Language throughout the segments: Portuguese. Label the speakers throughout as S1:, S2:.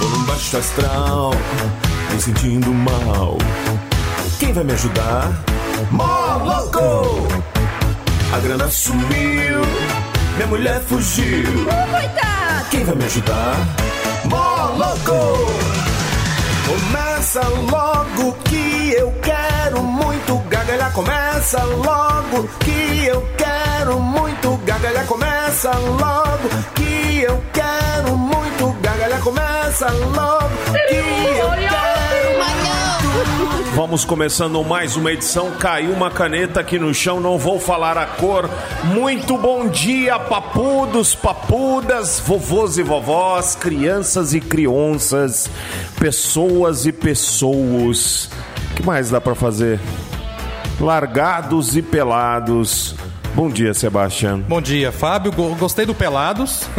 S1: Tô num baixo astral, me sentindo mal. Quem vai me ajudar? Mó louco! A grana sumiu, minha mulher fugiu.
S2: Coitado!
S1: Quem vai me ajudar? Mó louco! Começa logo que eu quero muito gagalhar. Começa logo que eu quero muito gagalhar. Começa logo que eu quero muito gagalhar. Começa logo que eu quero
S3: Vamos começando mais uma edição. Caiu uma caneta aqui no chão, não vou falar a cor. Muito bom dia, papudos, papudas, vovôs e vovós, crianças e crianças, pessoas e pessoas. O que mais dá pra fazer? Largados e pelados. Bom dia, Sebastião.
S4: Bom dia, Fábio. Go- Gostei do Pelados.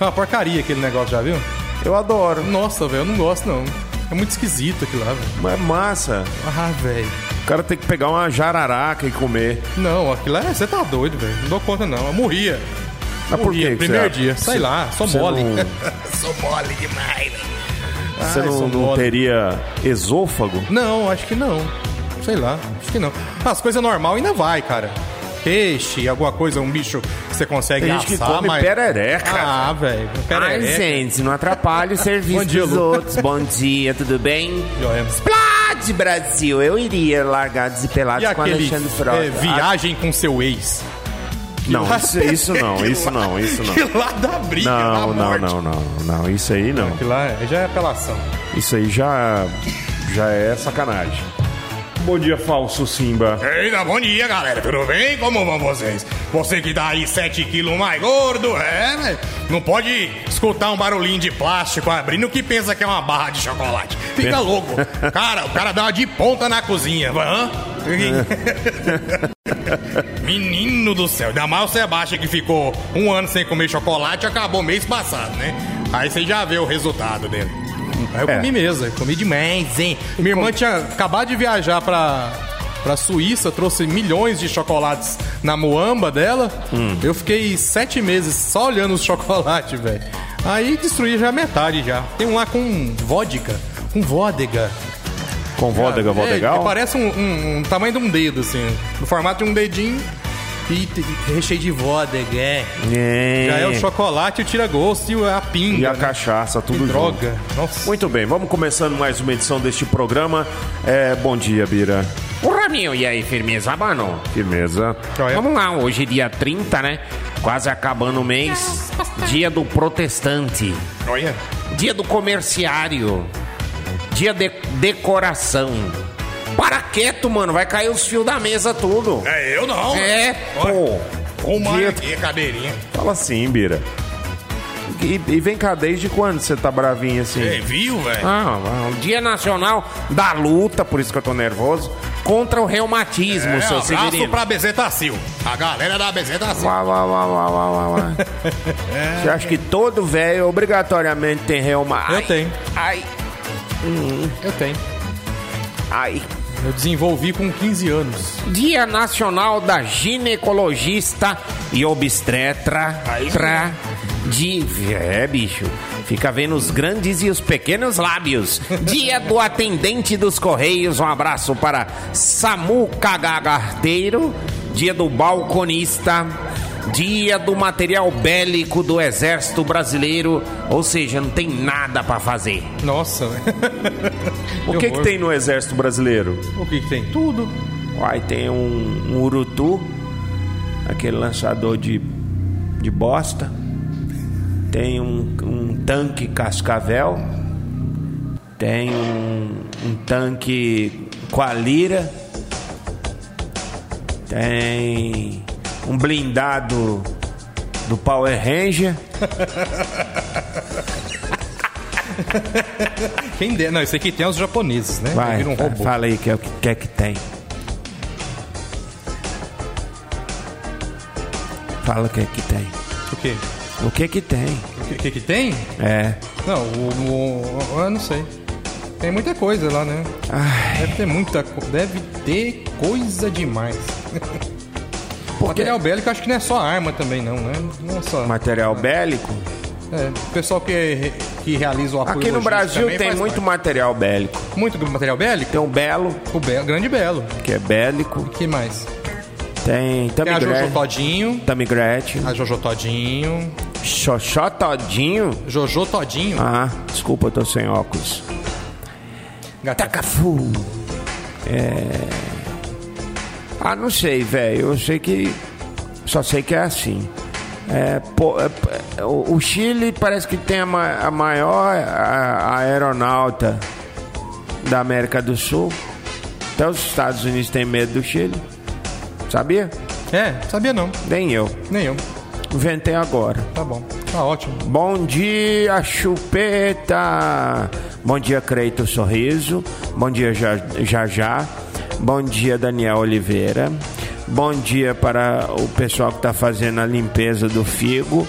S4: é uma porcaria aquele negócio, já viu?
S3: Eu adoro.
S4: Nossa, velho, eu não gosto não. É muito esquisito aquilo lá, velho.
S3: Mas é massa.
S4: Ah, velho.
S3: O cara tem que pegar uma jararaca e comer.
S4: Não, aquilo é. Você tá doido, velho. Não dou conta, não. Eu morria.
S3: Mas por
S4: morria.
S3: quê que
S4: Primeiro
S3: você-
S4: dia. Sei
S3: você-
S4: lá, sou
S3: você
S4: mole.
S3: não-
S4: sou mole demais, velho.
S3: Você
S4: Ai,
S3: não,
S4: sou
S3: não
S4: mole.
S3: teria esôfago?
S4: Não, acho que não. Sei lá, acho que não. As coisas normal ainda vai, cara. Peixe, alguma coisa, um bicho que você consegue
S3: Tem
S4: assar,
S3: gente que come
S4: mas...
S3: perereca.
S4: Ah, velho, perereca.
S3: gente, não atrapalhe o serviço
S4: Bom dia, dos Lu.
S3: outros. Bom dia, tudo bem?
S4: Joia.
S3: Plat Brasil, eu iria largados e pelados
S4: E aquele é, viagem com seu ex?
S3: Não,
S4: lá-
S3: isso, isso não, isso não, isso não.
S4: Que lá da briga,
S3: Não,
S4: da
S3: não,
S4: morte.
S3: não, não, não, isso aí não.
S4: Que lá é- já é apelação.
S3: Isso aí já, já é sacanagem. Bom dia, falso Simba.
S4: Eita, bom dia, galera. Tudo bem? Como vão vocês? Você que tá aí 7 quilos mais gordo, é, velho. Não pode escutar um barulhinho de plástico abrindo que pensa que é uma barra de chocolate. Fica louco. Cara, o cara dá uma de ponta na cozinha. Hã?
S3: É.
S4: Menino do céu. Ainda mais o Sebastião que ficou um ano sem comer chocolate e acabou mês passado, né? Aí você já vê o resultado dele. Aí eu
S3: É.
S4: comi mesmo, eu comi demais, hein? Minha irmã tinha acabado de viajar pra, pra Suíça, trouxe milhões de chocolates na moamba dela. Eu fiquei sete meses só olhando os chocolates, velho. Aí destruí já a metade já. Tem um lá com vodka, com vodega.
S3: Com Vodega
S4: É,
S3: Vodegal?
S4: que parece um, um- um tamanho de um dedo, assim. No formato de um dedinho e, t- e recheio de vodega, é.
S3: É.
S4: Já é o chocolate, o tira-gosto e a pinga.
S3: E a
S4: né?
S3: cachaça,
S4: E
S3: tudo junto.
S4: droga. Nossa.
S3: Muito bem, vamos começando mais uma edição deste programa. É, bom dia, Bira.
S5: O Raminho, Ah, e aí, firmeza, mano?
S3: Firmeza.
S4: Joia.
S5: Vamos lá, hoje dia 30, né? Quase acabando o mês. Dia do protestante.
S4: Olha.
S5: Dia do comerciário. Dia de decoração. Para quieto, mano. Vai cair os fios da mesa tudo.
S4: É, eu não.
S5: É, pô.
S4: Com uma
S3: Dia-
S4: aqui, cadeirinha.
S3: Fala assim, Bira. E, e vem cá, desde quando você tá bravinho assim?
S4: É, viu, velho?
S5: Ah, o Dia Nacional da Luta, por isso que eu tô nervoso, contra o reumatismo,
S4: É,
S5: seu
S4: abraço
S5: Severino.
S4: pra Bezetacil. A galera da Bezetacil.
S3: Vá, vá, vá, vá, vá, vá, vá. Você acha que todo velho obrigatoriamente tem reumatismo?
S4: Eu tenho.
S3: Ai,
S4: Eu tenho.
S3: ai.
S4: Eu desenvolvi com 15 anos.
S5: Dia Nacional da Ginecologista e Obstetra. Tra, de, é, bicho. Fica vendo os grandes e os pequenos lábios. Dia do atendente dos Correios. Um abraço para Samu Cagagarteiro. Dia do balconista. Dia do material bélico do Exército Brasileiro. Ou seja, não tem nada pra fazer.
S4: Nossa, né?
S3: O que, que tem no exército brasileiro?
S4: O que, que tem? Tudo.
S3: Uai, tem um, um urutu, aquele lançador de, de bosta. Tem um, um tanque cascavel. Tem um, um tanque com a lira. Tem um blindado do Power Ranger.
S4: Quem der? Não, esse aqui tem os japoneses, né?
S3: Vai,
S4: Vira um
S3: vai,
S4: robô.
S3: fala aí que é o que, que é que tem. Fala o que é que tem.
S4: O quê?
S3: O que é que tem?
S4: O que, que, que tem?
S3: É.
S4: Não, o, o- o- Eu não sei. Tem muita coisa lá, né? Deve ter muita coisa. Deve ter coisa demais.
S5: Porque
S4: Material bélico acho que não é só arma também, não, né? Não é só.
S6: Material bélico?
S4: É, o pessoal que, que realiza o apoio
S6: Aqui no
S4: logístico
S6: Brasil
S4: também
S6: tem
S4: faz
S6: muito material bélico.
S4: parte. Muito material bélico?
S6: Tem
S3: um
S6: o Belo,
S4: O Belo, grande Belo.
S6: que é bélico.
S4: que mais?
S6: Tem
S4: Tem a Jojo
S6: Tamigret.
S4: Todinho.
S6: Tamigret.
S4: A Jojo Todinho.
S6: Xoxó Todinho.
S4: Jojo Todinho.
S6: Ah, desculpa, eu tô sem óculos.
S4: Gata-
S6: Tacafu. É... Ah, não sei, velho. Eu sei que... Só sei que é assim. É, pô, é, p- o, o Chile parece que tem a, ma- a maior a- aeronauta da América do Sul. Até os Estados Unidos têm medo do Chile. Sabia?
S4: É, sabia não.
S6: Nem eu.
S4: Nenhum.
S6: Inventei agora.
S4: Tá bom. Tá ótimo.
S6: Bom dia, Chupeta! Bom dia, Creito Sorriso. Bom dia, Ja- Jajá. Bom dia, Daniel Oliveira. Bom dia para o pessoal que está fazendo a limpeza do figo.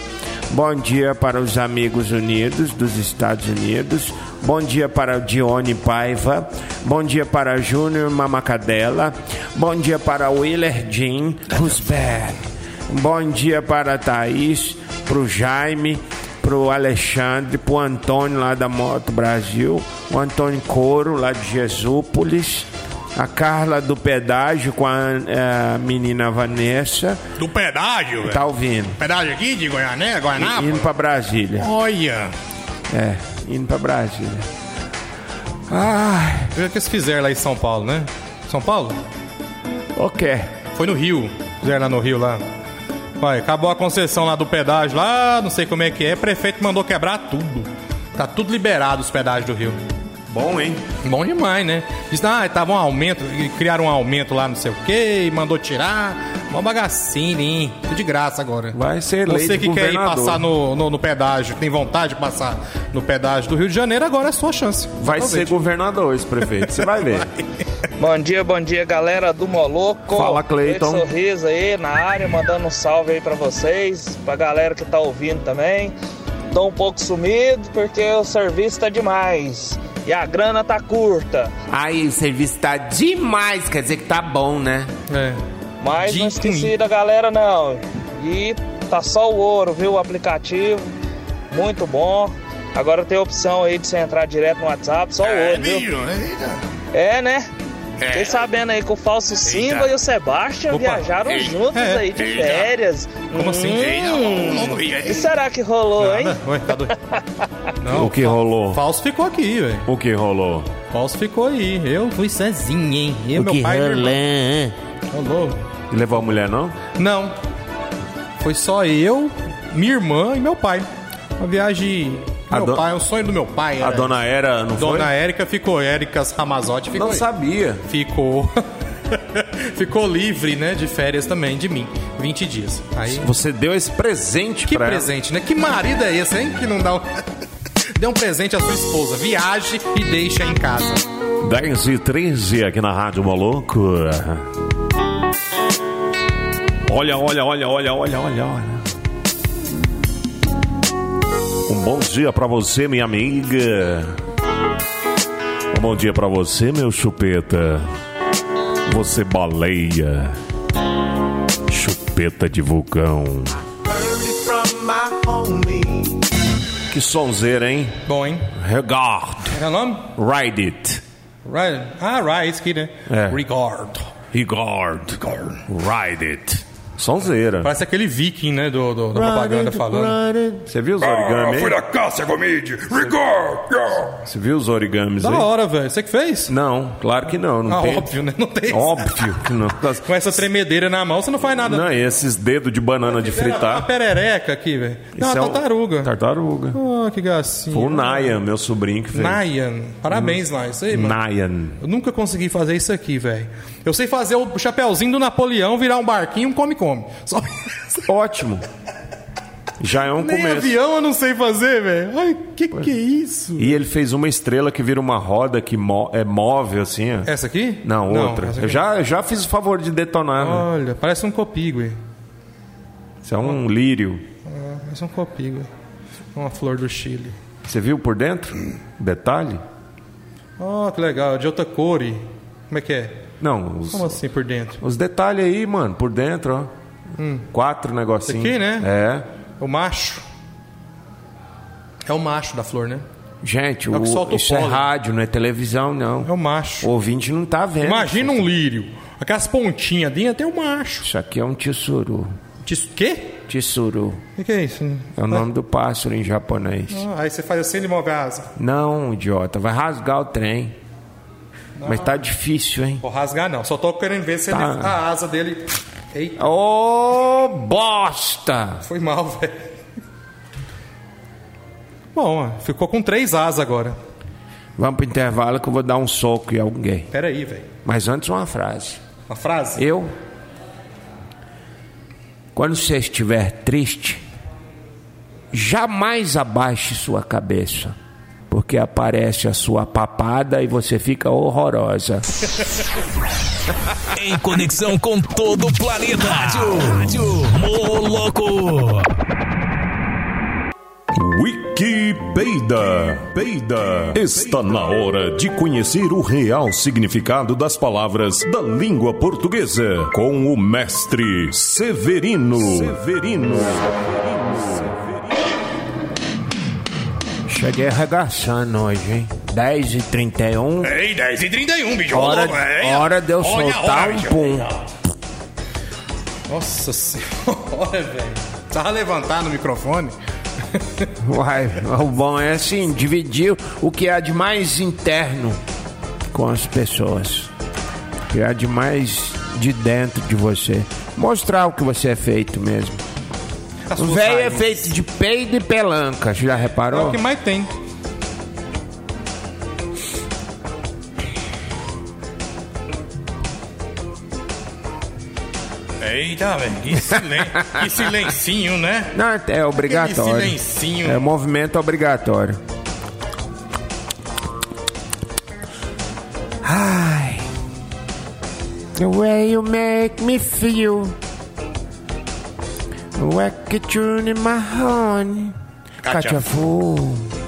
S6: Bom dia para os amigos unidos dos Estados Unidos. Bom dia para o Dione Paiva. Bom dia para Júnior Mamacadela. Bom dia para Willer Jean Rusberg. Bom dia para a Thaís, pro Jaime, pro Alexandre, pro Antônio lá da Moto Brasil, o Antônio Coro lá de Jesúpolis, a Carla do Pedágio com a eh, menina Vanessa,
S2: Do pedágio, velho.
S6: tá ouvindo?
S2: Pedágio aqui de Goiané, Guaraná.
S6: Indo pra Brasília.
S2: Olha.
S6: É, indo pra Brasília. Ah,
S4: Veja o que eles fizeram lá em São Paulo, né? São Paulo?
S6: ok.
S4: Foi no Rio. Fizeram lá no Rio lá. Vai, acabou a concessão lá do pedágio lá, não sei como é que é. Prefeito mandou quebrar tudo. Tá tudo liberado os pedágios do Rio.
S6: Bom, hein?
S4: Bom demais, né? Diz, ah, tava um aumento, e criaram um aumento lá, não sei o quê, e mandou tirar. Uma bagacinha, hein? Tudo de graça agora.
S6: Vai ser lei
S4: Você
S6: do
S4: que quer ir
S6: governador.
S4: passar no, no, no pedágio, tem vontade de passar no pedágio do Rio de Janeiro, agora é a sua chance.
S6: Vai ser governador esse prefeito, você vai ver.
S7: Bom dia, bom dia, galera do Moloco.
S6: Fala, Cleiton.
S7: Cleiton Sorriso aí na área, mandando um salve aí pra vocês, pra galera que tá ouvindo também. Tô um pouco sumido porque o serviço tá demais e a grana tá curta.
S5: Aí, o serviço tá demais, quer dizer que tá bom, né?
S4: É.
S7: Mas
S4: Dia
S7: não esqueci
S4: ruim.
S7: da galera não. E tá só o ouro, viu? O aplicativo, muito bom. Agora tem a opção aí de você entrar direto no WhatsApp, só o
S2: É,
S7: ouro, viu?
S2: bicho. Eita.
S7: É, né?
S2: É.
S7: Fiquei sabendo aí que o Falso Simba e o Sebastian
S4: Opa.
S7: viajaram
S2: Ei.
S7: juntos
S4: É.
S7: aí de
S2: Eita.
S7: férias.
S4: Como assim?
S2: Eita,
S3: Hum.
S2: vamos logo aí,
S7: O que
S2: aí.
S7: será que rolou, hein?
S4: Nada? Ué, tá doido. Não,
S6: O que rolou?
S4: Falso ficou aqui, velho.
S6: O que rolou?
S4: Falso ficou aí. Eu fui sozinho, hein? Eu, meu pai e meu irmão. Rolou.
S6: Levou a mulher, não?
S4: Não. Foi só eu, minha irmã e meu pai. Uma viagem.
S6: A
S4: meu
S6: do-
S4: pai, o sonho do meu pai.
S6: A
S4: era-
S6: dona Era não foi?
S4: É. Dona Érica ficou. Érica Ramazotti ficou.
S6: Não
S4: aí.
S6: sabia.
S4: Ficou. ficou livre, né? De férias também, de mim. 20 dias. Aí.
S6: Você deu esse presente
S4: Que
S6: pra
S4: presente, né? Que marido é esse, hein? Que não dá um... Dê um presente à sua esposa. Viaje e deixa em casa.
S6: ela. 10 e 13 aqui na Rádio Maluco. Olha, olha, olha, olha, olha, olha, olha. Um bom dia pra você, minha amiga. Um bom dia pra você, meu chupeta. Você baleia. Chupeta de vulcão. Que sonzeira, hein?
S4: Bom, hein?
S6: Regard.
S4: É o nome?
S6: Ride it.
S4: Right. Ah, right, aqui, né?
S6: É.
S4: Regard.
S6: Regard. Ride it. Sonzeira.
S4: Parece aquele viking, né? Do, do- da propaganda falando.
S6: Você viu os
S2: Ah,
S6: origamis?
S2: fui da Cássia Gomide. Rigor.
S6: Você viu os origamis
S4: Da
S6: aí?
S4: hora, velho. Você que fez?
S6: Não, claro que não. não
S4: ah,
S6: tem.
S4: óbvio, né? Não tem.
S6: Óbvio que não.
S4: Com essa tremedeira na mão, você não faz nada.
S6: Não, e esses dedos de banana de
S4: Uma
S6: fritar.
S4: perereca aqui, velho. Não,
S6: Isso é
S4: uma
S6: um-
S4: tartaruga.
S6: Tartaruga.
S4: Ah, que gracinha.
S6: O Nayan, meu sobrinho que fez.
S4: Nayan. Parabéns,
S6: Hum.
S4: Nayan. Isso aí, mano.
S6: Nayan.
S4: Eu nunca consegui fazer isso aqui, velho. Eu sei fazer o chapeuzinho do Napoleão, virar um barquinho, um come-come. Só...
S6: Ótimo. Já é um
S4: Nem
S6: começo.
S4: avião eu não sei fazer, velho. Ai, que que é isso?
S6: E ele fez uma estrela que vira uma roda que mo- é móvel, assim. ó.
S4: Essa aqui?
S6: Não, outra.
S4: É essa
S6: Eu
S4: aqui é
S6: já, já fiz o favor de detonar,
S4: não.
S6: né?
S4: Olha, parece um copigo, velho.
S6: Isso é um lírio.
S4: Parece um copigo. Uma flor do Chile.
S6: Você viu por dentro? Detalhe?
S4: Oh, que legal. De outra cor. e- Como é que é?
S6: Não, os,
S4: Como assim por dentro?
S6: os detalhes aí, mano, por dentro, ó. Quatro negocinhos.
S4: Esse Hum. aqui, né?
S6: É.
S4: O macho. É o macho da flor, né?
S5: Gente,
S4: É o que
S5: o-
S4: solta o
S5: isso é
S4: pólen.
S5: rádio, não é televisão, não.
S4: É o macho.
S5: O ouvinte não tá vendo.
S4: Imagina um lírio. Aquelas pontinhas dentro tem o macho.
S5: Isso aqui é um tsuru.
S4: Tis- Quê?
S5: Tsuru.
S4: O que, que é isso?
S5: É o nome do pássaro em japonês.
S4: Ah, aí você faz assim de move a asa.
S5: Não, idiota. Vai rasgar o trem. Mas tá difícil, hein?
S4: Vou rasgar não. Só tô querendo ver se
S5: Tá.
S4: ele, a asa dele... Ei,
S5: Ô, bosta!
S4: foi mal, velho. Bom, ó, ficou com três asas agora.
S5: Vamos pro intervalo que eu vou dar um soco em alguém.
S4: Pera aí, velho.
S5: Mas antes, uma frase.
S4: Uma frase?
S5: Eu. Quando você estiver triste, jamais abaixe sua cabeça. Porque aparece a sua papada e você fica horrorosa.
S8: Em conexão com todo o planeta. Rádio. Rádio. Moloco.
S9: Wiki Peida. Peida. Está na hora de conhecer o real significado das palavras da língua portuguesa com o mestre Severino. Severino.
S5: Cheguei arregaçando hoje, hein? 10h31.
S2: Ei, 10 e 31, bicho.
S5: Hora,
S2: Ô, é, hein?
S5: hora de eu
S2: Olha a
S5: soltar
S2: hora,
S5: um
S2: bicho.
S5: pum.
S4: Nossa senhora, velho. Precisava levantar no microfone.
S5: Uai, o bom é assim, dividir o que há de mais interno com as pessoas. O que há de mais de dentro de você. Mostrar o que você é feito mesmo. O velho é feito de peido e pelanca, já
S4: É o
S5: reparou?
S4: que mais tem.
S2: Eita, velho. Que, silen... que silencinho, né?
S5: Não, é obrigatório.
S2: Aquele silencinho.
S5: É movimento obrigatório. Ai. The way you make me feel. Whack it in my honey. Catiafu.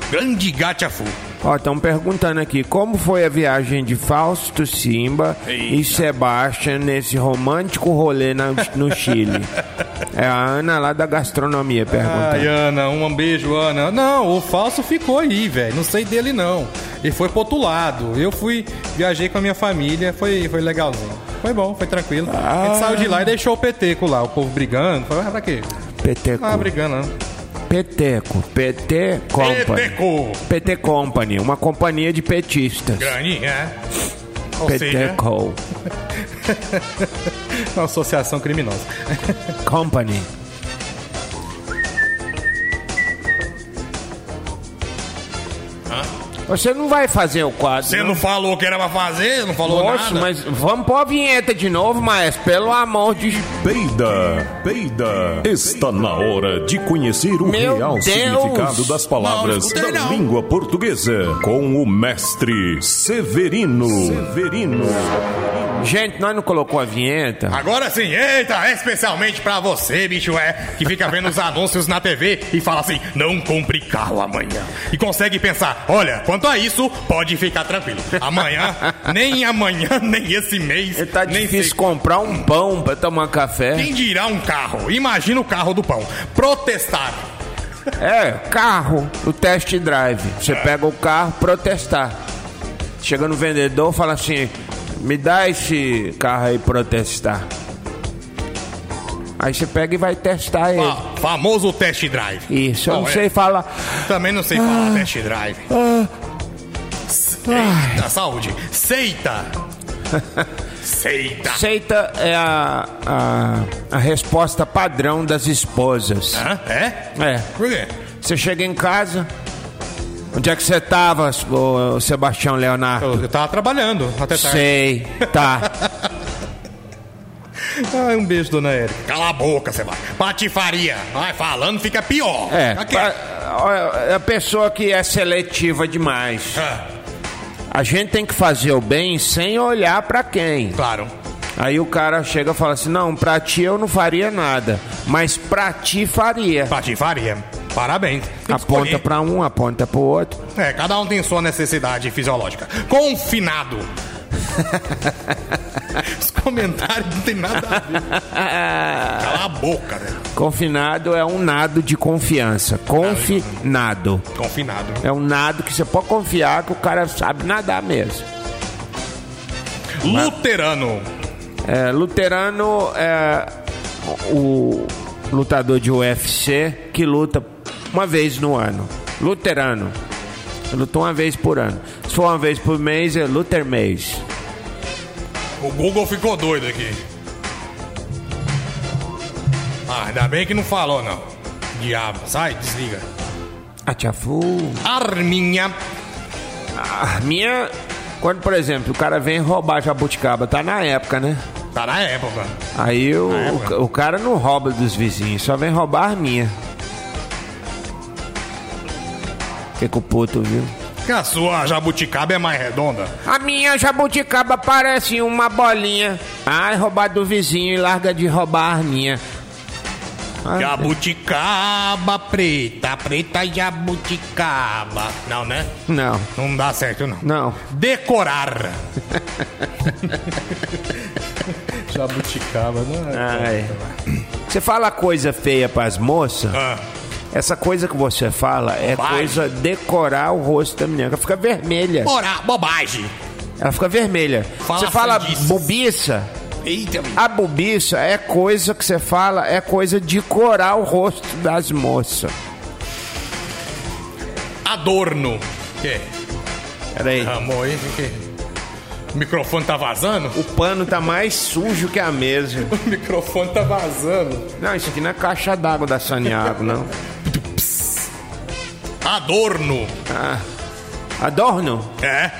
S2: Grande gatafu.
S5: Ó, estão perguntando aqui como foi a viagem de Fausto Simba e Sebastian nesse romântico rolê na- no Chile. É a Ana lá da gastronomia
S2: Ah,
S5: perguntando.
S4: Ai, Ana, um beijo, Ana. Não, o falso ficou aí, velho. Não sei dele, não. Ele foi pro outro lado. Eu fui, viajei com a minha família, foi, foi legalzinho. Foi bom, foi tranquilo. A
S2: Ah.
S4: gente saiu de lá e deixou o peteco lá, o povo brigando. Falei, ah, pra quê?
S5: Peteco.
S4: Ah, brigando, não.
S5: Peteco. PT Company.
S2: Peteco.
S5: PT Company, uma companhia de petistas.
S2: Grande, né? Ou seja,
S5: Peteco
S4: Uma associação criminosa.
S5: Company. Você não vai fazer o quadro.
S2: você não falou o que era pra fazer, não falou
S5: Nossa,
S2: nada.
S5: mas vamos pôr a vinheta de novo, mas pelo amor de
S9: Peida. Peida. Está na hora de conhecer o
S5: Meu
S9: real
S5: Deus.
S9: significado das palavras
S2: Não, escutei
S9: da
S2: não.
S9: língua portuguesa com o mestre Severino. Severino.
S5: Gente, nós não colocou a vinheta.
S2: Agora sim, eita, especialmente pra você, bicho, é, que fica vendo os anúncios na TV e fala assim, não compre carro amanhã. E consegue pensar, olha, quanto a isso, pode ficar tranquilo. Amanhã, nem amanhã, nem esse mês,
S5: Tá
S2: nem
S5: difícil né?
S2: sei-
S5: comprar um pão pra tomar café.
S2: Quem dirá um carro? Imagina o carro do pão. Protestar.
S5: É, carro, o test drive. Você pega o carro, protestar. Chega no vendedor, fala assim: me dá esse carro aí protestar. Aí você pega e vai testar ele.
S2: Fa- famoso test drive.
S5: Isso, eu
S2: Bom,
S5: não
S2: é,
S5: sei Ah, falar.
S4: Tá.
S2: Também não sei falar test drive. Eita, saúde. Seita. Seita.
S5: Aceita é a, a, a resposta padrão das esposas.
S2: Hã? É?
S5: É.
S2: Por quê?
S5: Você chega em casa. Onde é que você tava, ô, Sebastião Leonardo?
S4: Eu, eu tava trabalhando até tarde.
S5: Sei, tá.
S4: Ah, um beijo, dona Érica.
S2: Cala a boca, Sebastião. Patifaria. Vai falando, fica pior.
S5: É,
S2: Fica
S5: pa-
S2: quieto.
S5: ó, é a pessoa que é seletiva demais.
S2: Ah,
S5: A gente tem que fazer o bem sem olhar pra quem.
S2: claro.
S5: Aí o cara chega e fala assim: "Não, pra ti eu não faria nada, mas pra ti faria".
S2: Patifaria. Parabéns. Tem que
S5: Aponta
S2: escolher.
S5: pra um, aponta pro outro.
S2: É, cada um tem sua necessidade fisiológica. Confinado. Os comentários não tem nada a ver. Cala a boca, né?
S5: Confinado é um nado de confiança. Confinado.
S2: Confinado.
S5: É um nado que você pode confiar que o cara sabe nadar mesmo.
S2: Luterano.
S5: É, luterano é o lutador de UFC que luta uma vez no ano. Luterano. Luta uma vez por ano. Se for uma vez por mês, é Luther mês.
S2: O Google ficou doido aqui. Ah, ainda bem que não falou, não. Diabo, sai, desliga.
S5: Atiafu.
S2: Arminha.
S5: A minha. Quando, por exemplo, o cara vem roubar jabuticaba, tá na época, né?
S2: Tá na época.
S5: Aí o,
S2: É,
S5: o ca- o cara não rouba dos vizinhos, só vem roubar a minha. Que que o puto, viu?
S2: Que a sua jabuticaba é mais redonda.
S5: A minha jabuticaba parece uma bolinha. Ai, roubar do vizinho e larga de roubar a minha.
S2: Jabuticaba preta, preta jabuticaba. Não, né?
S5: Não,
S2: Não dá certo, não.
S5: não.
S2: Decorar.
S4: Jabuticaba,
S5: é?
S4: né?
S5: Ai. Você fala coisa feia pras moças,
S2: Ah,
S5: essa coisa que você fala é
S2: Bobagem.
S5: coisa decorar o rosto da menina. Ela fica vermelha.
S2: bora, bobagem.
S5: Ela fica vermelha.
S2: Fala
S5: você fala
S2: sandices.
S5: bobiça,
S2: Eita, menino.
S5: A bobiça é coisa que você fala, é coisa de corar o rosto das moças.
S2: adorno. Que?
S5: Peraí.
S2: Ramou aí? Que? O microfone tá vazando?
S5: O pano tá mais sujo que a mesa.
S2: O microfone tá vazando.
S5: Não, isso aqui não é caixa d'água da Saniago, não.
S2: Adorno.
S5: Adorno.
S2: É?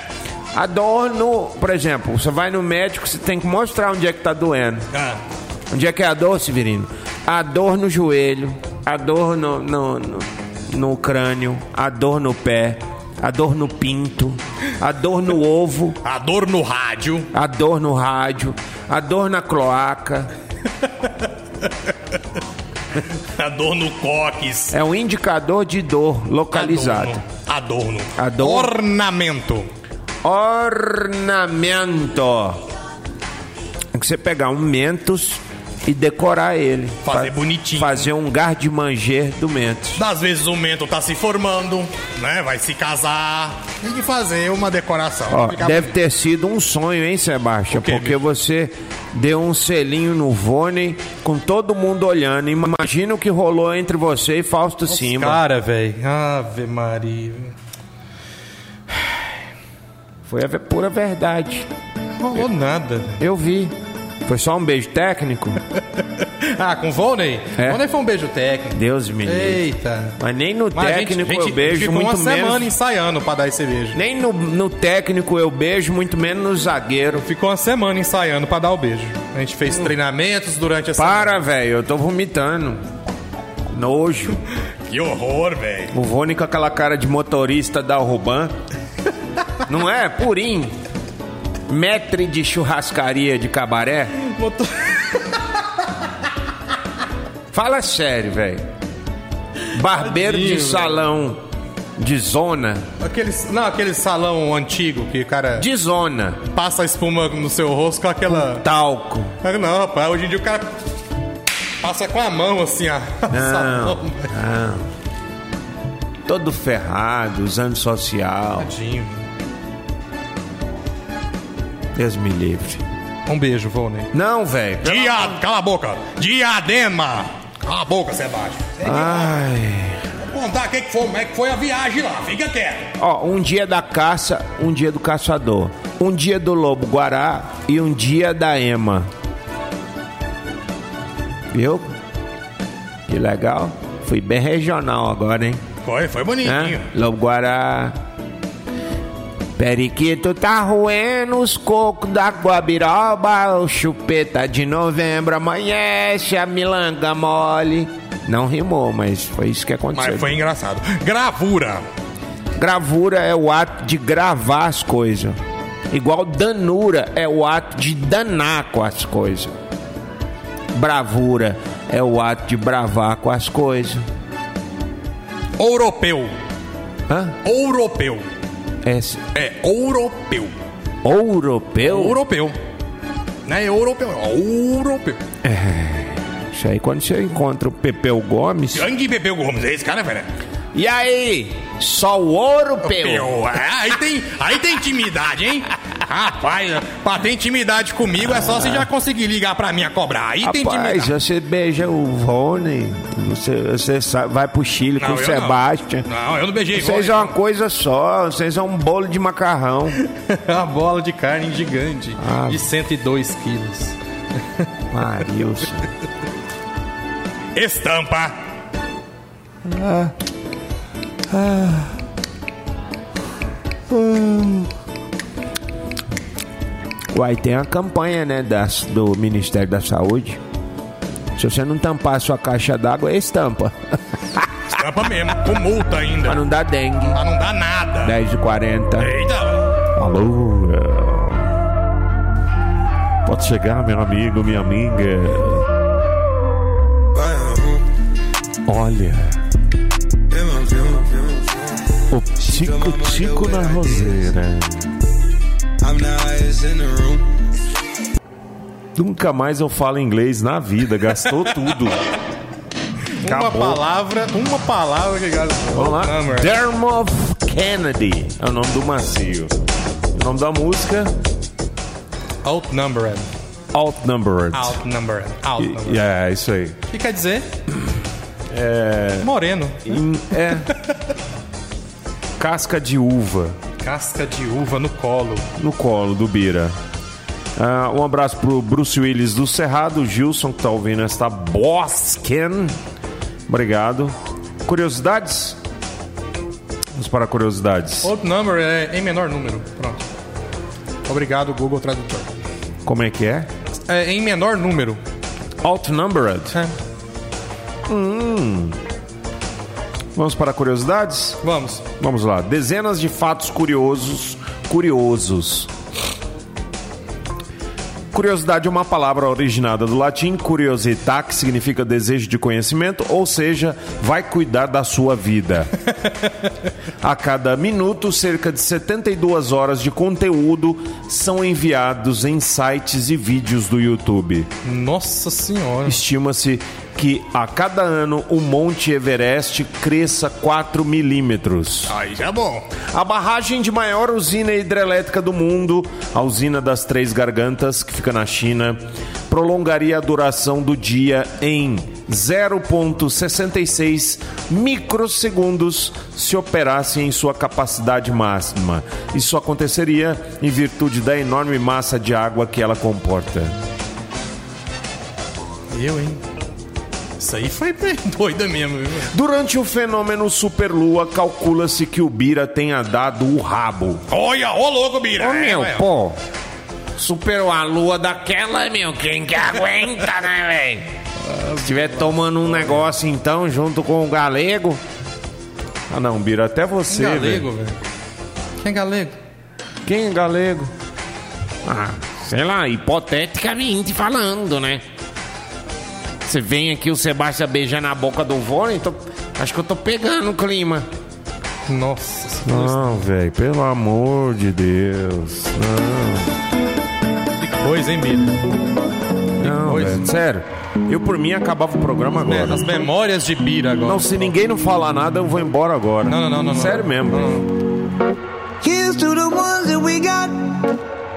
S5: Adorno, por exemplo, você vai no médico, você tem que mostrar onde é que tá doendo.
S2: Ah,
S5: Onde é que é a dor, Severino? A dor no joelho, a dor no, no, no, no crânio, a dor no pé, a dor no pinto, a dor no ovo.
S2: Adorno rádio.
S5: a dor no rádio, a dor na cloaca.
S2: Adorno coques.
S5: É um indicador de dor localizado.
S2: Adorno. Adorno.
S5: Adorno.
S2: Ornamento.
S5: Ornamento. É que você pegar um mentos e decorar ele.
S2: Fazer
S5: Fa-
S2: bonitinho.
S5: Fazer um garde-manger do mentos.
S2: Às vezes o mento tá se formando, né? Vai se casar. Tem que fazer uma decoração.
S5: Ó,
S2: Fica
S5: deve
S2: bonito.
S5: ter sido um sonho, hein, Sebastião?
S2: quê,
S5: Porque
S2: bicho?
S5: você deu um selinho no Vone com todo mundo olhando. Imagina o que rolou entre você e Fausto Simba.
S4: Cara, velho. Ave Maria.
S5: Foi a ve- pura verdade.
S4: Não rolou nada,
S2: né?
S4: velho.
S5: Eu vi. Foi só um beijo técnico?
S4: Ah, com o Volney?
S5: É.
S4: Volney foi um beijo técnico.
S5: Deus me livre.
S4: Eita.
S5: Mas nem no
S4: Mas a gente-
S5: técnico
S4: a gente
S5: eu beijo
S4: ficou
S5: muito
S4: uma semana
S5: menos.
S4: ensaiando pra dar esse beijo.
S5: Nem no, no técnico eu beijo, muito menos no zagueiro.
S4: Ficou uma semana ensaiando pra dar o beijo. A gente fez treinamentos durante essa.
S5: Para, velho, eu tô vomitando. Nojo.
S2: Que horror, velho.
S5: O Vone com aquela cara de motorista da Ruban. Não é? Purim. Metre de churrascaria de cabaré. Fala sério, velho. Barbeiro
S4: Tadinho,
S5: de
S4: velho.
S5: salão. De zona.
S4: Aquele, não, aquele salão antigo que o cara
S5: De zona.
S4: passa a espuma no seu rosto com aquela.
S5: Talco.
S4: Ah, Não, rapaz, hoje em dia o cara passa com a mão assim, ó.
S5: Não,
S4: Salão. né?
S5: não. Todo ferrado, usando social.
S4: Tadinho.
S5: Deus me livre.
S4: Um beijo, Volney.
S5: Não, velho.
S2: Dia... Cala a boca. Diadema. Cala a boca, Sebastião.
S5: Ai.
S2: Vou Contar o que que foi, como é que foi a viagem lá. Fica quieto.
S5: Ó, um dia da caça, um dia do caçador. Um dia do lobo guará e um dia da ema. Viu? Que legal. Fui bem regional agora, hein?
S2: Foi, foi bonitinho.
S5: Né? Lobo Guará. Periquito tá roendo os cocos da Guabiroba, o chupeta de novembro amanhece, a milanga mole. Não rimou, mas foi isso que aconteceu.
S2: Mas foi engraçado. Gravura.
S5: Gravura é o ato de gravar as coisas. Igual danura é o ato de danar com as coisas. Bravura é o ato de bravar com as coisas.
S2: Europeu.
S5: Hã?
S2: Europeu.
S5: Esse
S2: É, europeu.
S5: Europeu.
S10: É, Europeu. Não é europeu, é europeu.
S5: Isso aí quando você encontra o Pepeu Gomes.
S10: Sangue Pepeu Gomes, é esse cara, velho.
S5: E aí? Só o Europeu.
S10: Pepeu. É, Aí tem, aí tem intimidade, hein? Rapaz, pra ter intimidade comigo é só você já conseguir ligar pra minha cobrar. Aí tem
S5: Rapaz,
S10: intimidade.
S5: você beija o Rony, você, você sa- vai pro Chile com
S10: Não,
S5: o
S10: eu não.
S5: Sebastião.
S10: Não, eu não beijei
S5: Vocês
S10: vó.
S5: é uma coisa só, vocês é um bolo de macarrão.
S4: A bola de carne gigante
S5: Ah.
S4: de 102 quilos.
S5: Marius.
S10: Estampa.
S5: Uai, tem a campanha, né, das, do Ministério da Saúde. Se você não tampar a sua caixa d'água, estampa.
S10: Estampa mesmo, com multa ainda.
S5: Pra não dar dengue.
S10: Pra não dar nada.
S5: 10 e 40.
S10: Eita,
S5: Alô?
S6: Pode chegar, meu amigo, minha amiga. Olha. O tico-tico na roseira. Nunca mais eu falo inglês na vida, gastou tudo.
S4: Uma
S6: Acabou.
S4: palavra, uma palavra que
S6: Vamos lá.
S4: Number.
S6: Dermot Kennedy é o nome do macio. O nome da música?
S4: Outnumbered.
S6: Outnumbered.
S4: Outnumbered.
S6: E-
S4: Outnumbered.
S6: e É, isso aí.
S4: O que quer dizer? É. Moreno.
S6: Em- é. Casca de uva
S4: Casca de uva no colo.
S6: no colo do Bira. Ah, um abraço pro Bruce Willis do Cerrado, o Gilson que tá ouvindo esta Bosken. Obrigado. Curiosidades? Vamos para curiosidades.
S4: Outnumbered é em menor número. Pronto. Obrigado, Google Tradutor.
S6: Como é que é?
S4: É em menor número.
S6: Outnumbered.
S4: É.
S6: Vamos para curiosidades?
S4: Vamos.
S6: Vamos lá. Dezenas de fatos curiosos. Curiosos. Curiosidade é uma palavra originada do latim curiosità, que significa desejo de conhecimento, ou seja, vai cuidar da sua vida. A cada minuto, cerca de 72 horas de conteúdo são enviados em sites e vídeos do YouTube.
S4: Nossa senhora.
S6: Estima-se que a cada ano o Monte Everest cresça 4 milímetros.
S10: aí já é bom.
S6: A barragem de maior usina hidrelétrica do mundo, a usina das Três Gargantas, que fica na China, prolongaria a duração do dia em 0,66 microsegundos se operasse em sua capacidade máxima. Isso aconteceria em virtude da enorme massa de água que ela comporta.
S4: Eu, hein? Isso aí foi bem doida mesmo, viu?
S6: Durante o fenômeno superlua, calcula-se que o Bira tenha dado o rabo.
S10: Olha, ô louco, Bira.
S5: Ô
S10: É,
S5: meu,
S10: ué.
S5: pô. Superou a lua daquela, meu. Quem que aguenta, né, velho? Se tiver tomando um negócio, então, junto com o galego.
S6: Ah não, Bira, até você, velho.
S4: Galego, velho. Quem é galego?
S6: Quem é galego?
S5: Ah, sei lá, hipoteticamente falando, né? Você vem aqui o Sebastião beijando a boca do vôlei, tô- acho que eu tô pegando o clima.
S4: Nossa senhora.
S6: Não, velho, pelo amor de Deus.
S4: Que coisa, hein, Bira?
S6: Não, não
S4: coisa. Né,
S6: velho, sério. Eu por mim acabava o programa agora.
S4: As memórias de Bira agora.
S6: Não, se ninguém não falar nada, eu vou embora agora.
S4: Não, não, não, não, não.
S6: Sério mesmo.
S11: Here's to the ones that we got.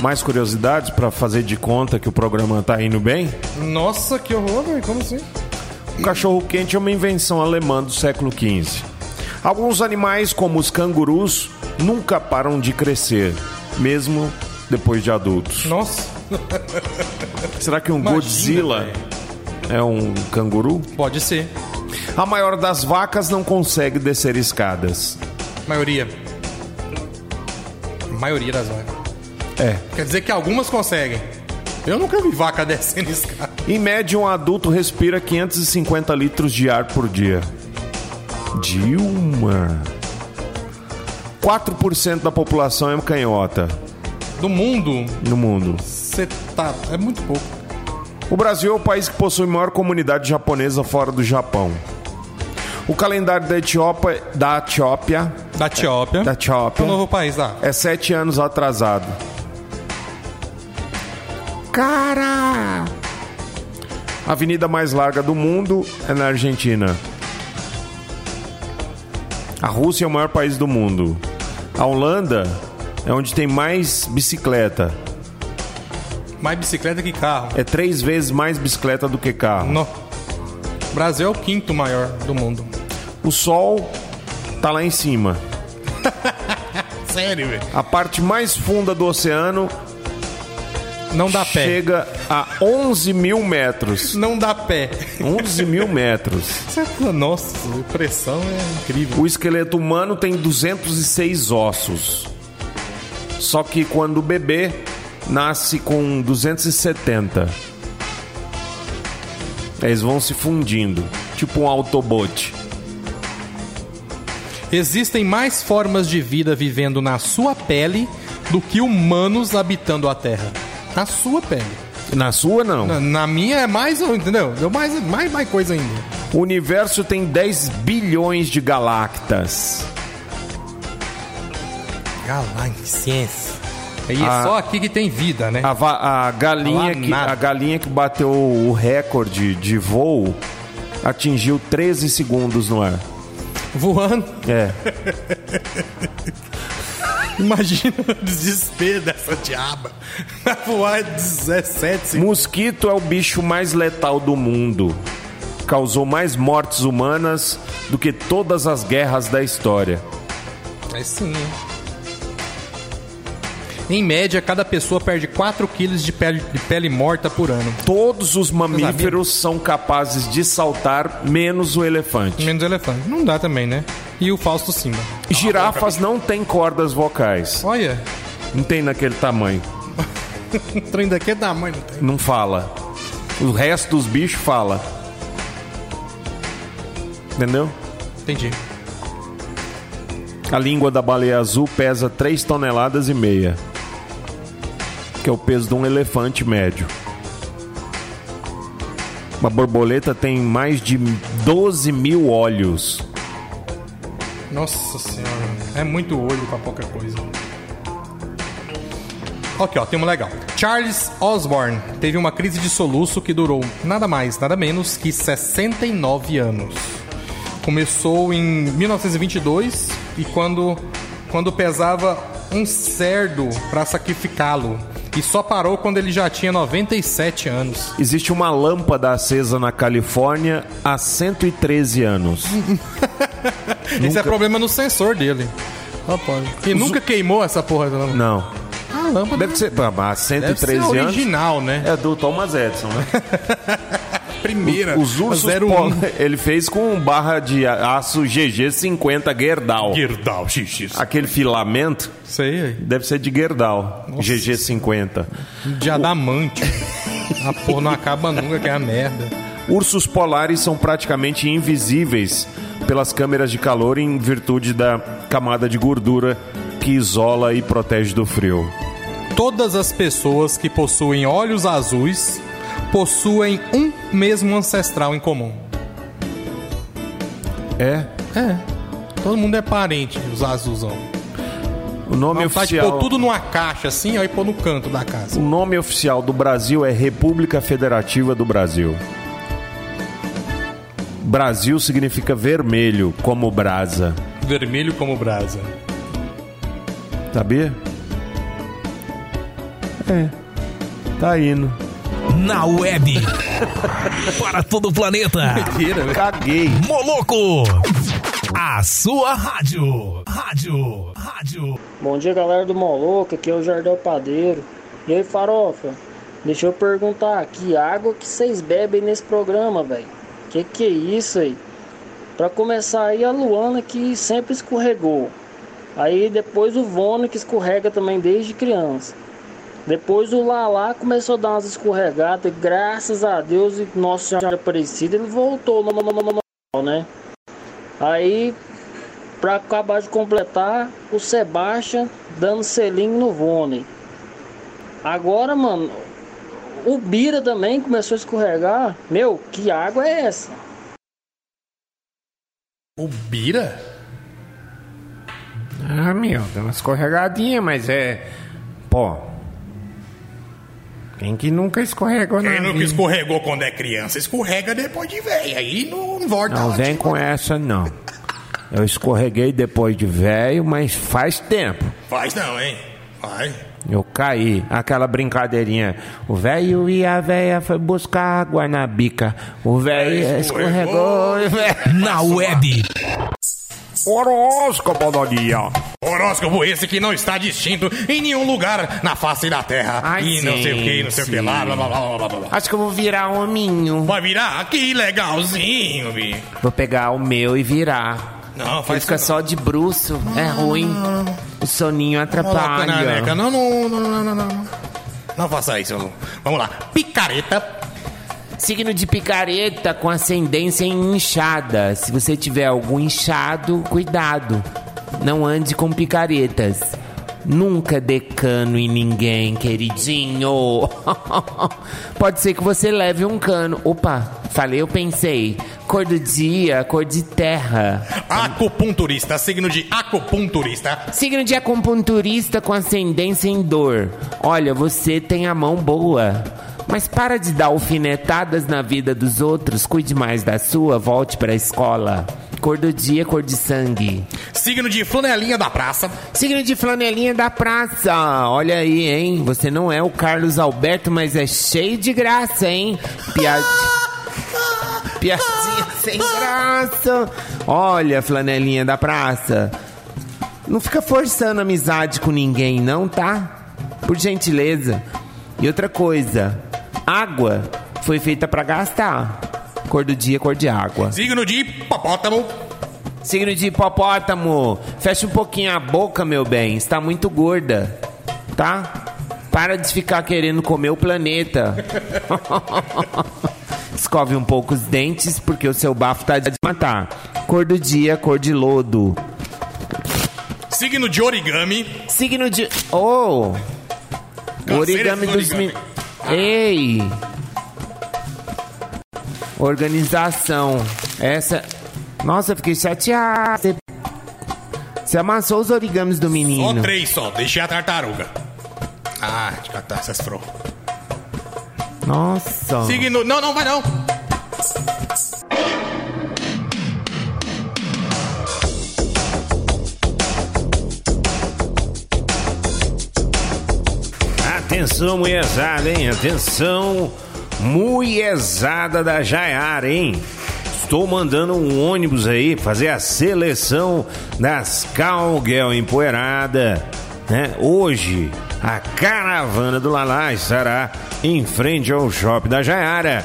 S6: Mais curiosidades pra fazer de conta que o programa tá indo bem?
S4: Nossa, que horror, velho. Como assim?
S6: O cachorro quente é uma invenção alemã do século XV. Alguns animais, como os cangurus, nunca param de crescer, mesmo depois de adultos.
S4: Nossa.
S6: Será que um
S4: Imagina,
S6: Godzilla é um canguru?
S4: Pode ser.
S6: A maior das vacas não consegue descer escadas.
S4: Maioria. Maioria das vacas.
S6: É.
S4: Quer dizer que algumas conseguem. Eu nunca vi vaca descendo escada.
S6: Em média, um adulto respira 550 litros de ar por dia. Dilma. 4% da população é canhota
S4: Do mundo,
S6: no mundo.
S4: você tá. É muito pouco.
S6: O Brasil é o país que possui maior comunidade japonesa fora do Japão. O calendário da Etiópia, da Etiópia,
S4: Da Etiópia.
S6: da
S4: É um
S6: Etiópia
S4: novo país lá.
S6: é sete anos atrasado. Cara! A avenida mais larga do mundo é na Argentina. A Rússia é o maior país do mundo. A Holanda é onde tem mais bicicleta.
S4: Mais bicicleta que carro.
S6: É três vezes mais bicicleta do que carro.
S4: No. O Brasil é o quinto maior do mundo.
S6: O sol tá lá em cima.
S4: Sério, velho.
S6: A parte mais funda do oceano
S4: Não dá Tá pé.
S6: chega a 11 mil metros.
S4: Não dá pé.
S6: 11 mil metros.
S4: Você fala, Nossa, a pressão é incrível.
S6: O esqueleto humano tem 206 ossos. Só que quando o bebê nasce com 270. Eles vão se fundindo, tipo um Autobot.
S4: Existem mais formas de vida vivendo na sua pele do que humanos habitando a Terra. Na sua pele.
S6: Na sua não.
S4: Na, na minha é mais, entendeu? Deu mais, mais, mais coisa ainda.
S6: O universo tem 10 bilhões de galactas.
S4: Galáxias. E
S6: A-
S4: é só aqui que tem vida, né?
S6: A, va- a galinha
S4: Falar
S6: que,
S4: nada.
S6: a galinha que bateu o recorde de voo atingiu 13 segundos no ar.
S4: Voando.
S6: É.
S4: Imagina o desespero dessa diaba. Vai voar 17 segundos.
S6: Mosquito é o bicho mais letal do mundo. Causou mais mortes humanas do que todas as guerras da história.
S4: É sim. hein? Em média, cada pessoa perde 4 quilos de pele, de pele morta por ano.
S6: Todos os mamíferos são capazes de saltar, menos o elefante.
S4: Menos elefante. Não dá também, né? E o Fausto Simba.
S6: Girafas não têm cordas vocais.
S4: Olha,
S6: Não tem naquele tamanho.
S4: o trem daqui é da mãe, não tem?
S6: Não fala. O resto dos bichos fala. Entendeu?
S4: Entendi.
S6: A língua da baleia azul pesa 3 toneladas e meia. Que é o peso de um elefante médio. Uma borboleta tem mais de 12 mil olhos.
S4: Nossa senhora, é muito olho pra pouca coisa. Ok, ó, tem uma legal. Charles Osborne teve uma crise de soluço que durou nada mais, nada menos que 69 anos. Começou em 1922 e quando, quando pesava um cerdo pra sacrificá-lo. E só parou quando ele já tinha 97 anos.
S6: Existe uma lâmpada acesa na Califórnia há 113 anos.
S4: Esse é problema no sensor dele. Rapaz. E nunca queimou essa porra né? da lâmpada.
S6: Não.
S4: A lâmpada
S6: Deve ser. Há
S4: Deve ser
S6: 113
S4: a
S6: anos.
S4: original, né? É
S6: É do Thomas Edison, né?
S4: Primeira.
S6: Os ursos
S4: a 01.
S6: polar. Ele fez com barra de aço GG50 Gerdau.
S2: Guirdal, xixi.
S6: Aquele filamento
S4: Isso aí, aí.
S6: deve ser de Gerdau. GG50.
S4: De adamante. a porra não acaba nunca, que é a merda.
S6: Ursos polares são praticamente invisíveis pelas câmeras de calor em virtude da camada de gordura que isola e protege do frio.
S4: Todas as pessoas que possuem olhos azuis possuem um mesmo ancestral em comum.
S6: É?
S4: É. Todo mundo é parente, os azulzão.
S6: O nome
S4: Vontade de
S6: oficial.
S4: pôr tudo numa caixa assim, ó, e pôr no canto da casa.
S6: O nome oficial do Brasil é República Federativa do Brasil. Brasil significa vermelho, como brasa.
S4: Vermelho como brasa.
S6: Sabia? É. Tá indo.
S8: Na web. Para todo o planeta.
S6: né? Caguei.
S8: Moloco. A sua rádio. Rádio. Rádio.
S7: Bom dia, galera do Moloco. Aqui é o Jardel Padeiro. E aí, farofa? Deixa eu perguntar, que água que vocês bebem nesse programa, velho? Que que é isso aí?
S12: Para começar aí a Luana que sempre escorregou. Aí depois o Vônio que escorrega também desde criança. Depois o Lala começou a dar umas escorregadas, e graças a Deus e Nossa Senhora Aparecida, ele voltou no normal, né? Aí, pra acabar de completar, o Sebastian dando selinho no Vônei. Agora, mano, o Bira também começou a escorregar. Meu, que água é essa?
S4: O Bira?
S5: Ah, meu, deu uma escorregadinha, mas é. Pô. Quem que nunca escorregou na
S2: Quem nunca
S5: vida?
S2: escorregou quando é criança, escorrega depois de velho. Aí não volta.
S5: Não
S2: lá.
S5: vem com essa, não. Eu escorreguei depois de velho, mas faz tempo.
S2: Faz não, hein? Vai.
S5: Eu caí, aquela brincadeirinha. O velho e a véia foi buscar água na bica. O velho escorregou. e o véio-
S8: Na web.
S5: Horóscopo do dia.
S2: Horóscopo esse que não está distinto em nenhum lugar na face da Terra.
S5: Ai,
S2: e não sei o que, não sei o que lá, blá blá blá blá blá, blá blá.
S5: Acho que eu vou virar hominho.
S2: Vai virar? Que legalzinho, bicho.
S5: Vou pegar o meu e virar.
S2: Não,
S5: Ele
S2: faz
S5: fica
S2: isso
S5: só de bruço. É ruim. O soninho
S2: não. Coloca na neca.
S5: atrapalha.
S2: Não, não, não, não, não, não. Não faça isso. Lu. Vamos lá. Picareta.
S5: Signo de picareta com ascendência em inchada. Se você tiver algum inchado, cuidado. Não ande com picaretas. Nunca dê cano em ninguém, queridinho. Pode ser que você leve um cano. Opa, falei, eu pensei. Cor do dia, cor de terra.
S2: Acupunturista. Signo de acupunturista.
S5: Signo de acupunturista com ascendência em dor. Olha, você tem a mão boa. Mas para de dar alfinetadas na vida dos outros, cuide mais da sua, volte pra escola. Cor do dia, cor de sangue.
S2: Signo de flanelinha da praça.
S5: Signo de flanelinha da praça. Olha aí, hein? Você não é o Carlos Alberto, mas é cheio de graça, hein? Piad... Piadinha sem graça. Olha, flanelinha da praça. Não fica forçando amizade com ninguém, não, tá? Por gentileza. E outra coisa: água foi feita pra gastar. Cor do dia, cor de água.
S2: Signo de hipopótamo.
S5: Signo de hipopótamo, fecha um pouquinho a boca, meu bem. Está muito gorda, tá? Para de ficar querendo comer o planeta. Escove um pouco os dentes, porque o seu bafo tá de matar. Cor do dia, cor de lodo.
S2: Signo de origami.
S5: Signo de. Oh!
S2: Canseira
S5: Origami
S2: esses
S5: dos.
S2: origami.
S5: Mi... Ei! Organização. Essa. Nossa, eu fiquei chateada. Você- Você amassou os origamis do
S2: Só
S5: menino.
S2: três só. Deixei a tartaruga. Ah, de catar essas frouxas.
S5: Nossa.
S2: Signo. Não, não, vai não.
S6: Atenção, mulherzada, hein? Atenção, mulherzada da Jaiara, hein? Estou mandando um ônibus aí fazer a seleção das Calguel empoeirada, né? Hoje, a caravana do Lalá estará em frente ao shopping da Jaiara,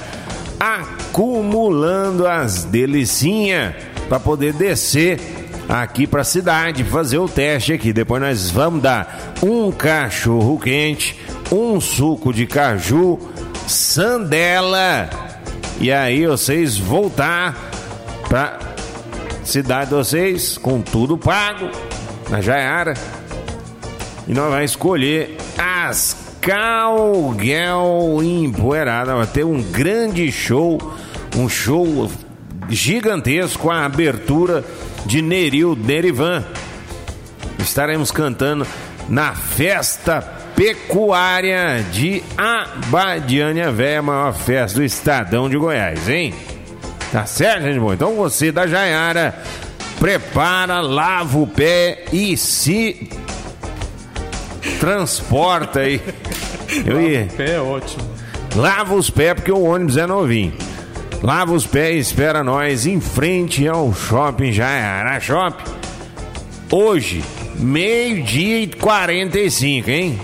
S6: acumulando as delicinhas para poder descer aqui pra cidade, fazer o teste aqui. Depois nós vamos dar um cachorro quente, um suco de caju, sandela. E aí vocês voltar pra cidade de vocês com tudo pago na Jaiara. E nós vamos escolher as Calguel Empoeirada. Vai ter um grande show, um show gigantesco, a abertura de Neril Derivan. Estaremos cantando na festa pecuária de Abadiânia Véia, é a maior festa do Estadão de Goiás, hein? Tá certo, gente boa? Então você da Jaiara, prepara, lava o pé e se transporta aí. Eu ia.
S4: É ótimo.
S6: Lava os pés, porque o ônibus é novinho. Lava os pés e espera nós em frente ao shopping Jaiara Shopping. Hoje, meio-dia e 45, hein?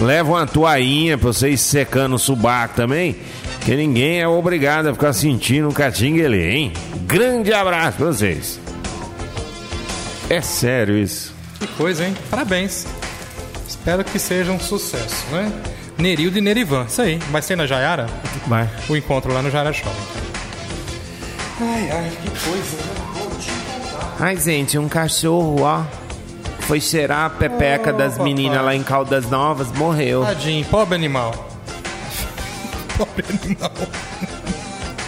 S6: Leva uma toalhinha pra vocês secando o subaco também.
S5: Que ninguém é obrigado a ficar sentindo um catingue ali, hein? Grande abraço pra vocês. É sério isso.
S13: Que coisa, hein? Parabéns. Espero que seja um sucesso, né? Nerildo e Nerivan, isso aí. Vai ser na Jaiara?
S5: Vai.
S13: O encontro lá no Jaiara Shopping.
S5: Ai, ai, que coisa. Ai, gente, um cachorro, ó. Foi cheirar a pepeca
S13: Oh,
S5: das
S13: papai.
S5: meninas lá em Caldas Novas, morreu.
S13: Tadinho, pobre animal.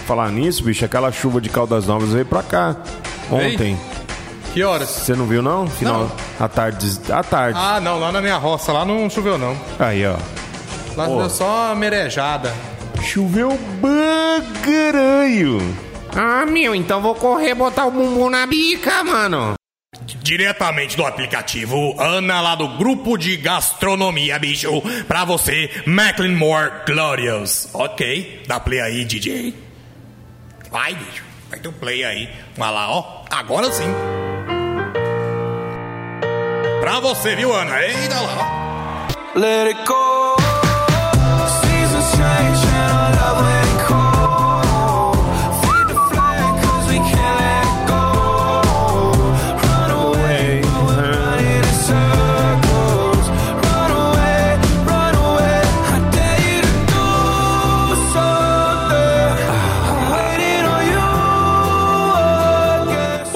S6: Falar nisso, bicho, aquela chuva de Caldas Novas veio pra cá. Ontem.
S13: Que horas?
S6: Você não viu, não? Final.
S13: Não.
S6: À tarde. À tarde.
S13: Ah, não, lá na minha roça, lá não choveu, não.
S6: Aí, ó.
S13: Lá
S6: Pô.
S13: deu só uma merejada.
S6: Choveu bagaranho.
S5: Ah, meu, então vou correr botar o bumbum na bica, mano.
S4: Diretamente do aplicativo Ana lá do grupo de gastronomia, bicho, pra você, Macklin Moore Glorious. Ok, dá play aí, DJ. Vai, bicho, vai ter um play aí. Vai lá, ó, agora sim. Pra você, viu, Ana? Eita lá,
S11: Let it go. Seasons change and our love went cold. Fade to black 'cause we can't let go. Run away, we're running in circles. Run away, run away. I dare you to do something. I'm waiting on you. I guess.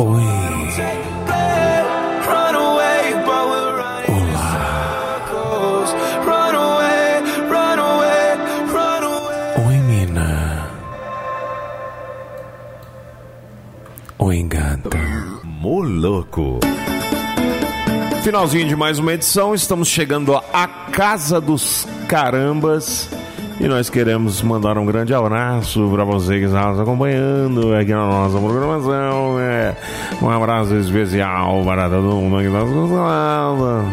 S11: Take the blame. Run away, but we're running in circles. Run away, run away, run away.
S5: Oi, mina. Oi, gata.
S6: Moloco. Finalzinho de mais uma edição, estamos chegando à Casa dos Carambas. E nós queremos mandar um grande abraço para você que está nos acompanhando aqui na nossa programação. né? Um abraço especial para todo mundo que está nos acompanhando.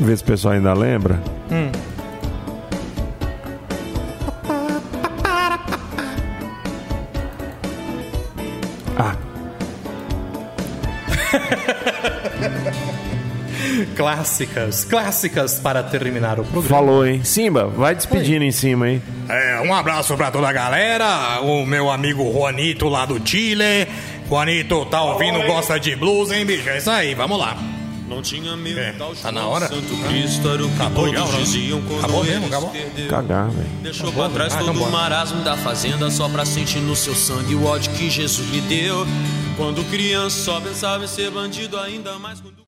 S6: Vê se o pessoal ainda lembra.
S13: Clássicas, clássicas para terminar o programa.
S6: Falou, hein? Simba, vai despedindo em cima, hein?
S4: É, um abraço pra toda a galera, o meu amigo Juanito lá do Chile. Juanito, tá ouvindo, gosta de blues, hein, bicho? É isso aí, vamos lá.
S3: Não tinha medo
S4: É,
S3: tal
S4: tá na hora?
S3: Santo Cristo era o que
S4: Acabou
S3: todos
S4: já, né?
S3: diziam quando
S4: Acabou mesmo,
S3: eles
S4: acabou?
S3: perderam.
S6: Cagar, velho.
S3: Deixou pra trás
S4: Ah, então
S3: todo o
S4: bora.
S3: marasmo da fazenda Só pra sentir no seu sangue o ódio que Jesus lhe deu Quando criança só pensava em ser bandido Ainda mais quando...